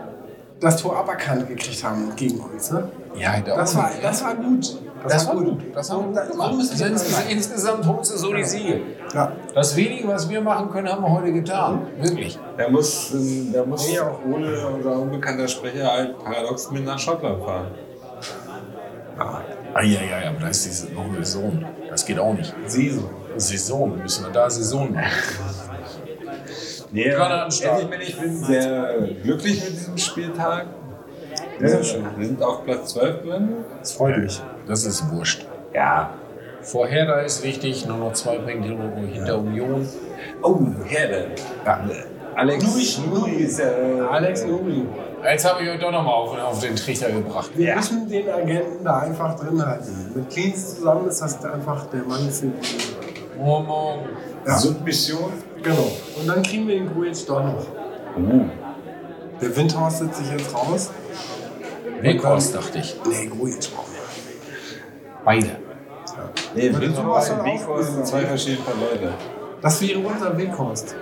I: das Tor aberkannt gekriegt haben gegen uns. Ne?
H: Ja, da
I: Das,
H: auch
I: war,
H: nicht.
I: das war gut.
H: Das war gut. Das haben wir
I: so,
H: gut
I: so
H: gemacht.
I: müssen
H: Also
I: wir
H: insges
I: sein.
H: insgesamt holst du so die Siege.
I: Ja.
H: Das Wenige, was wir machen können, haben wir heute getan. Wirklich.
G: Da muss, ähm, da muss ich auch ohne unser unbekannter Sprecher halt paradox mit nach Schottland fahren.
H: Ah, ja, ja, ja, aber da ist diese, noch eine Saison. Das geht auch nicht.
G: Saison.
H: Saison, müssen wir da Saison machen.
G: Nee,
H: Granatenstark.
G: ehrlich bin ich ich bin sehr glücklich mit diesem Spieltag. Äh, wir sind auf Platz 12 gelandet.
I: Das freut mich.
H: Das ist wurscht.
G: Ja.
H: Vorher da ist wichtig, nur noch zwei Punkte hinter Union.
G: Oh, Herde. Alex
I: Nuri. Nuri ist äh, Alex Nuri.
H: Jetzt habe ich euch doch nochmal auf, auf den Trichter gebracht.
I: Wir müssen den Agenten da einfach drin halten. Mit Cleans zusammen ist das einfach der Mann für die.
H: Morgen.
I: Ja.
G: Submission.
I: Genau. Und dann kriegen wir den Guic doch noch.
G: Uh.
I: Der Windhorst setzt sich jetzt raus.
H: Weghorst, dachte ich.
I: Nee, Guic brauchen wir.
H: Beide.
G: Nee,
I: Aber das war's dann auch.
G: Bikos sind zwei verschiedene Paar Leute.
I: Das wäre unser Windhorst.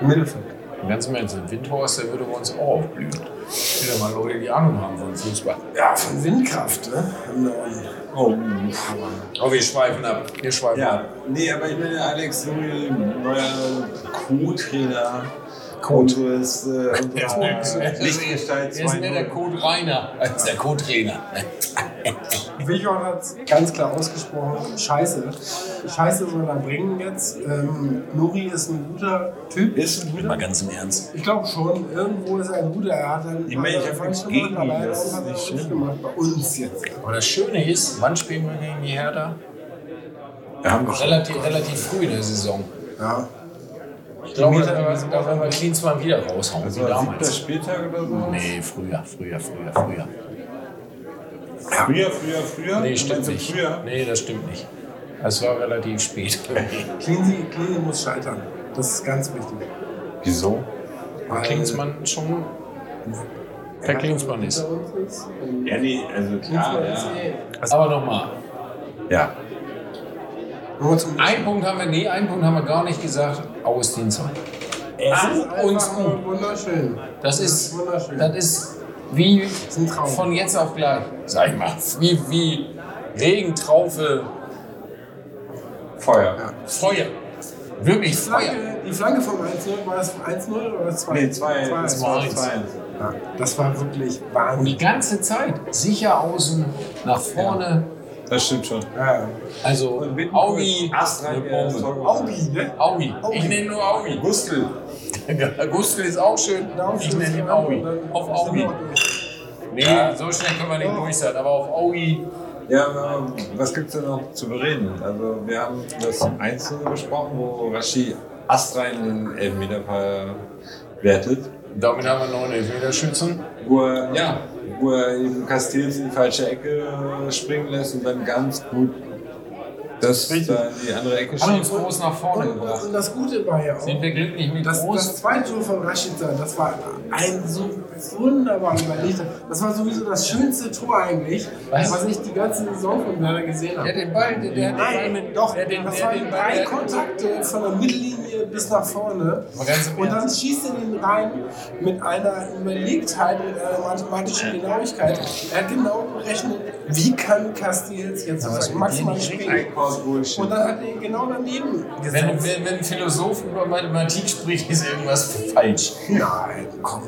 I: Im Mittelfeld.
H: Im ganzen Menschen. Windhorst, der würde bei uns auch aufblühen. Wieder mal Leute, die Ahnung haben von Fußball.
I: Ja, von Windkraft, ne? Im Norden.
G: Oh, pff. oh, wir schweifen ab.
H: Wir schweifen
G: Ja,
H: ab.
G: nee, aber ich meine, Alex Nuri, neuer Co-Trainer. Co-Tourist. Äh, unserer Lichtgestalt
H: Er ist mehr der
G: 2.0.
H: Code Rainer als der Code Trainer.
I: Wichorn hat ganz klar ausgesprochen, scheiße. Scheiße soll er bringen jetzt. Ähm, Nuri ist ein guter Typ.
G: Ist ein guter. Mal ganz im Ernst.
I: Ich glaube schon, irgendwo ist er ein guter. Er hat dann
G: Ich meine, ich hab nichts gegen ihn, das ist nicht schlimm.
I: gemacht. Bei uns jetzt.
H: Aber das Schöne ist, wann spielen wir gegen die Hertha?
G: Wir haben doch
H: Relativ, relativ früh in der Saison.
I: Ja.
H: Ich glaube, da da werden wir Klinsmann wieder raushauen,
G: also
H: wie
G: siebter
H: damals.
G: Spieltag oder so.
H: Nee, früher, früher, früher, früher.
G: Früher, früher, früher.
H: Nee,
G: Du
H: stimmt
I: also
G: meinst
H: nicht.
G: Früher.
H: Nee, das stimmt nicht. Es war relativ spät.
I: Cleansy, Cleansy muss scheitern. Das ist ganz wichtig.
G: Wieso?
I: Weil-
H: Klinsmann schon. Der Klinsmann ist.
G: Ja, nee, also klar, ja.
H: Aber nochmal, eh-
G: Ja,
I: Nur mal zum
H: einen Punkt haben wir, nee, einen Punkt haben wir gar nicht gesagt. Augustin sein.
I: Es
H: An
I: ist
H: uns
I: einfach nur wunderschön.
H: Das ist,
I: wunderschön.
H: das ist wie
I: ein Traum.
H: von jetzt auf gleich, sag ich mal, wie, wie Regentraufe,
G: Feuer.
H: Feuer. Wirklich
I: die,
H: Feuer.
I: Flanke, die Flanke vom 1-0 war das 1-0 oder 2?
G: Nee, zwei.
I: Das,
G: Das
I: war,
G: war
H: eins.
G: zwei.
I: ja, das war wirklich
H: Und die
I: wahnsinnig.
H: ganze Zeit sicher außen, nach vorne.
G: Das stimmt schon.
I: Ja.
H: Also
G: Und Witten-
H: Augi,
G: Astrein,
H: eine
G: der das Tor
H: Bombe.
G: gemacht hat.
I: Augi, ne?
H: Augi. Ich nenne nur Augi.
G: Gustl.
H: Gustl ist auch schön. Ich nenne ihn Augi. Auf Augi. Nee, so schnell können wir nicht durch sein, aber auf Augi.
G: Ja, aber was gibt's denn noch zu bereden? Also wir haben das Einzelne besprochen, wo Rashi Astrein den Elfmeter wertet,
H: Damit haben wir noch einen Elfmeterschützen.
G: wo er, ja, wo er eben Castells in die falsche Ecke äh, springen lässt und dann ganz gut das da in die andere Ecke
H: Haben uns
G: schiebt.
H: groß nach vorne
I: Und,
H: gebracht.
I: und das Gute war ja auch,
H: Sind wir glücklich mit
I: Oh. das, das
H: groß?
I: zweite Tor von Rashica, das war ein so wunderbar überlegter. Das war sowieso das schönste Tor eigentlich,
H: Was?
I: was, ich die ganze Saison von Werder gesehen habe.
H: Der den Ball, der, der, der,
I: Nein,
H: der,
I: doch,
H: der, der,
I: das
H: der,
I: waren
H: den
I: drei
H: Ball,
I: Kontakte von der Mittellinie bis nach vorne.
H: Mal ganz im
I: Und dann schießt er den rein mit einer Überlegtheit, mit einer mathematischen Genauigkeit. Er hat genau berechnet, wie kann Castells jetzt sozusagen maximal springen.
G: Einkauf Bullshit.
I: Und dann hat er ihn genau daneben
H: Wenn,
I: gesetzt.
H: wenn, wenn ein Philosoph über Mathematik spricht, ist irgendwas falsch.
I: Nein, komm.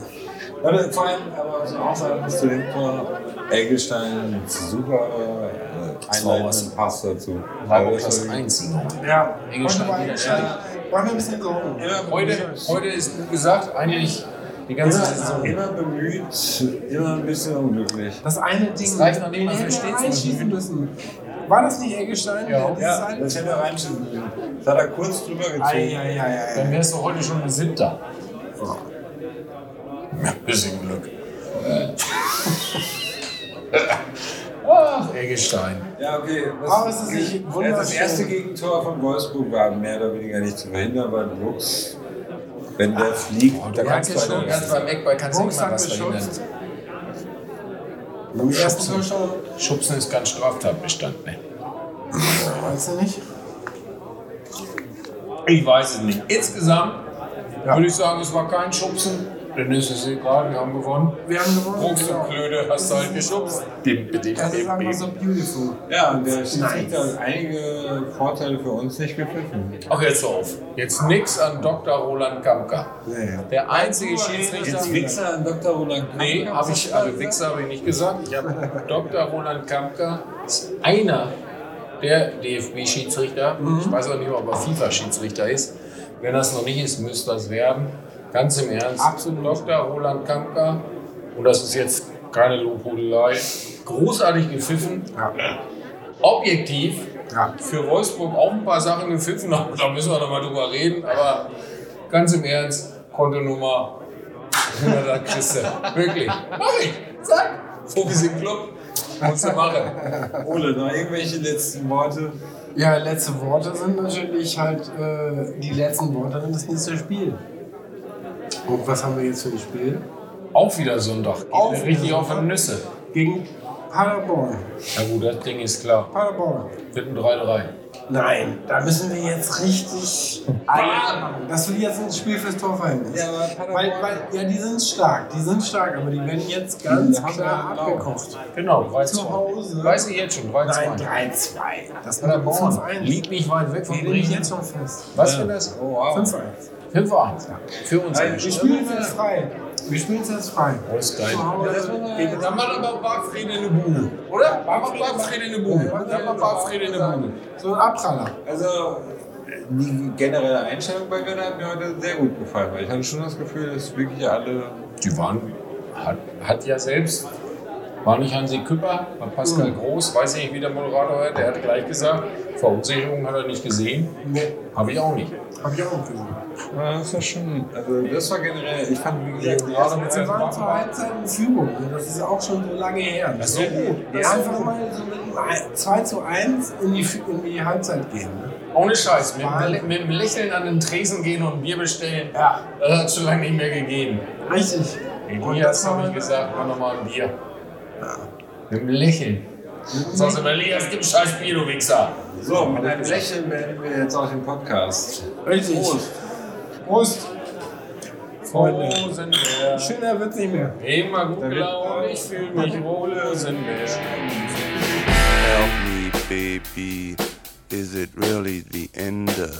G: Und vor allem, aber was man auch sagen muss zu dem Tor, Eggestein, super äh, einleitenden Pass dazu.
H: War
G: Also
H: auch das
G: war-
H: Einzige.
I: Ja,
H: Engelstein
I: heute war
H: wieder,
I: Engelstein. War mir äh, ein bisschen Sorgen.
H: Heute, heute ist, wie gesagt, eigentlich die ganze Saison.
G: Immer, immer bemüht, immer ein bisschen unglücklich.
I: Das eine Ding,
H: reicht noch nicht mal,
I: den hätte
H: versteht's
I: er
H: noch.
I: reinschießen müssen. War das nicht Eggestein?
H: Ja.
I: Der- das ist
G: Ja,
I: ein-
G: das hätte er reinschieben müssen. Das hat er kurz drüber gezogen.
I: Eieieiei.
H: Dann wärst du heute schon ein Siebter. Ja, bisschen Glück. Ach, Eggestein.
G: Ja, okay. Das,
I: Aber es ist nicht
G: ja, das
I: wunderschön.
G: erste Gegentor von Wolfsburg war mehr oder weniger nicht zu verhindern, weil Brooks, wenn der fliegt,
I: Oh,
G: da
H: Du kannst
G: kannst du
H: ja schon
G: halt
H: ganz
G: nichts.
H: beim Eckball kannst du
I: Brooks
H: nicht mal
I: hat
H: was verhindern.
I: geschubst. Im ersten Tor schon.
H: Schubsen ist ganz Straftatbestand, ne?
I: Weißt du nicht?
H: Ich weiß es nicht. Insgesamt würde ich sagen, es war kein Schubsen. Denn es ist egal, wir haben gewonnen.
I: Wir haben gewonnen.
H: Brooks
I: genau.
H: und Klöde hast du halt geschubst. Also Dim, dim,
I: Das ist einfach so beautiful.
G: Ja, und der Schiedsrichter hat einige Vorteile für uns nicht gepfiffen.
H: Ach, jetzt hör auf. Jetzt nix an Dr. Roland Kamka.
I: Nee.
H: Der einzige Schiedsrichter.
G: Wichser an Dr. Roland
H: Nee, habe ich, also Wichser habe ich nicht gesagt. Ich habe Dr. Roland Kampka ist einer der DFB-Schiedsrichter. Ich weiß auch nicht, ob er FIFA-Schiedsrichter ist. Wenn das noch nicht ist, müsste das werden. Ganz im Ernst. Absolut. Dr. Roland Kampka, und das ist jetzt keine Lobhudelei, großartig gepfiffen. Objektiv.
I: Ja.
H: Für Wolfsburg auch ein paar Sachen gepfiffen, aber da müssen wir nochmal drüber reden. Aber ganz im Ernst,
G: Kontonummer 100er Christe. Wirklich. Mach ich. Zack. Profis im Club. Musst du machen. Ole, noch irgendwelche letzten Worte?
I: Ja, letzte Worte sind natürlich halt äh, die letzten Worte in das nächste Spiel. Und was haben wir jetzt für ein Spiel?
H: Auch wieder Sonntag. Geht
I: Auch
H: mir
I: wieder
H: richtig auf
I: Sonntag.
H: den Nüsse.
I: Gegen Paderborn.
H: Na gut, das Ding ist klar.
I: Paderborn.
H: Wird ein 3-3.
I: Nein, da müssen wir jetzt richtig einhaken. Das wird jetzt ein Spiel fürs Torverhältnis.
G: Ja, aber Paderborn-
I: weil, weil, ja, die sind stark, die sind stark, aber die werden jetzt ganz klar abgekocht.
H: Genau, 3-2.
I: Zu Hause.
H: Weiß ich jetzt schon, 3-2.
I: Nein, 3-2. Das war
H: Paderborn
I: 5-1.
H: liegt nicht weit weg von
I: Nee, ich
H: Bremen.
I: jetzt schon fest.
H: Was für das?
G: Oh, wow.
I: 5-1.
H: 5-1. Für uns.
I: Wir spielen es jetzt frei. Wir spielen es jetzt frei.
H: ist geil.
I: Zu Hause gegen
G: Dann machen wir Barfried in der Bude. Oder? Machen wir Barfried in der Bude. Dann machen wir Barfried in der Bude.
I: So ein Abpraller.
G: Also, die generelle Einstellung bei Werder hat mir heute sehr gut gefallen, weil ich hatte schon das Gefühl, dass wirklich alle
H: Die waren, hat, hat ja selbst, war nicht Hansi Küpper, war
I: Mhm.
H: Pascal Groß, weiß ich nicht, wie der Moderator war, der hat gleich gesagt, Verunsicherung hat er nicht gesehen.
I: Nee,
H: Habe ich auch nicht.
I: hab ich auch nicht gesehen.
G: Ja, das war schon. Also das war generell. Ich fand wie gesagt gerade mit
I: Wir
G: seinem
I: waren zur
G: Bauch-
I: Halbzeit in Führung. Das ist auch schon so lange her. Das ist so gut. Einfach mal so mit einem 2 zu 1 in die, Fü- in die Halbzeit gehen. ne?
H: Ohne Scheiß, mit,
I: War-
H: dem- mit dem Lächeln an den Tresen gehen und ein Bier bestellen,
I: Ja.
H: das hat schon lange nicht mehr gegeben.
I: Richtig.
H: Elias,
I: war-
H: habe ich gesagt, mach nochmal ein Bier. Mit dem Lächeln.
I: Mhm.
H: Sagst du, Elias, gib scheiß Bier, du Wichser.
G: So, Oh, mit einem Lächeln beenden wir jetzt auch den Podcast.
I: Richtig.
G: Prost.
I: Prost. Freunde.
H: Rosenberg.
I: Schöner wird's nicht mehr.
H: Immer gut gelaunt, ich fühle mich wohl, Rosenberg.
J: Help me, baby. Is it really the ender?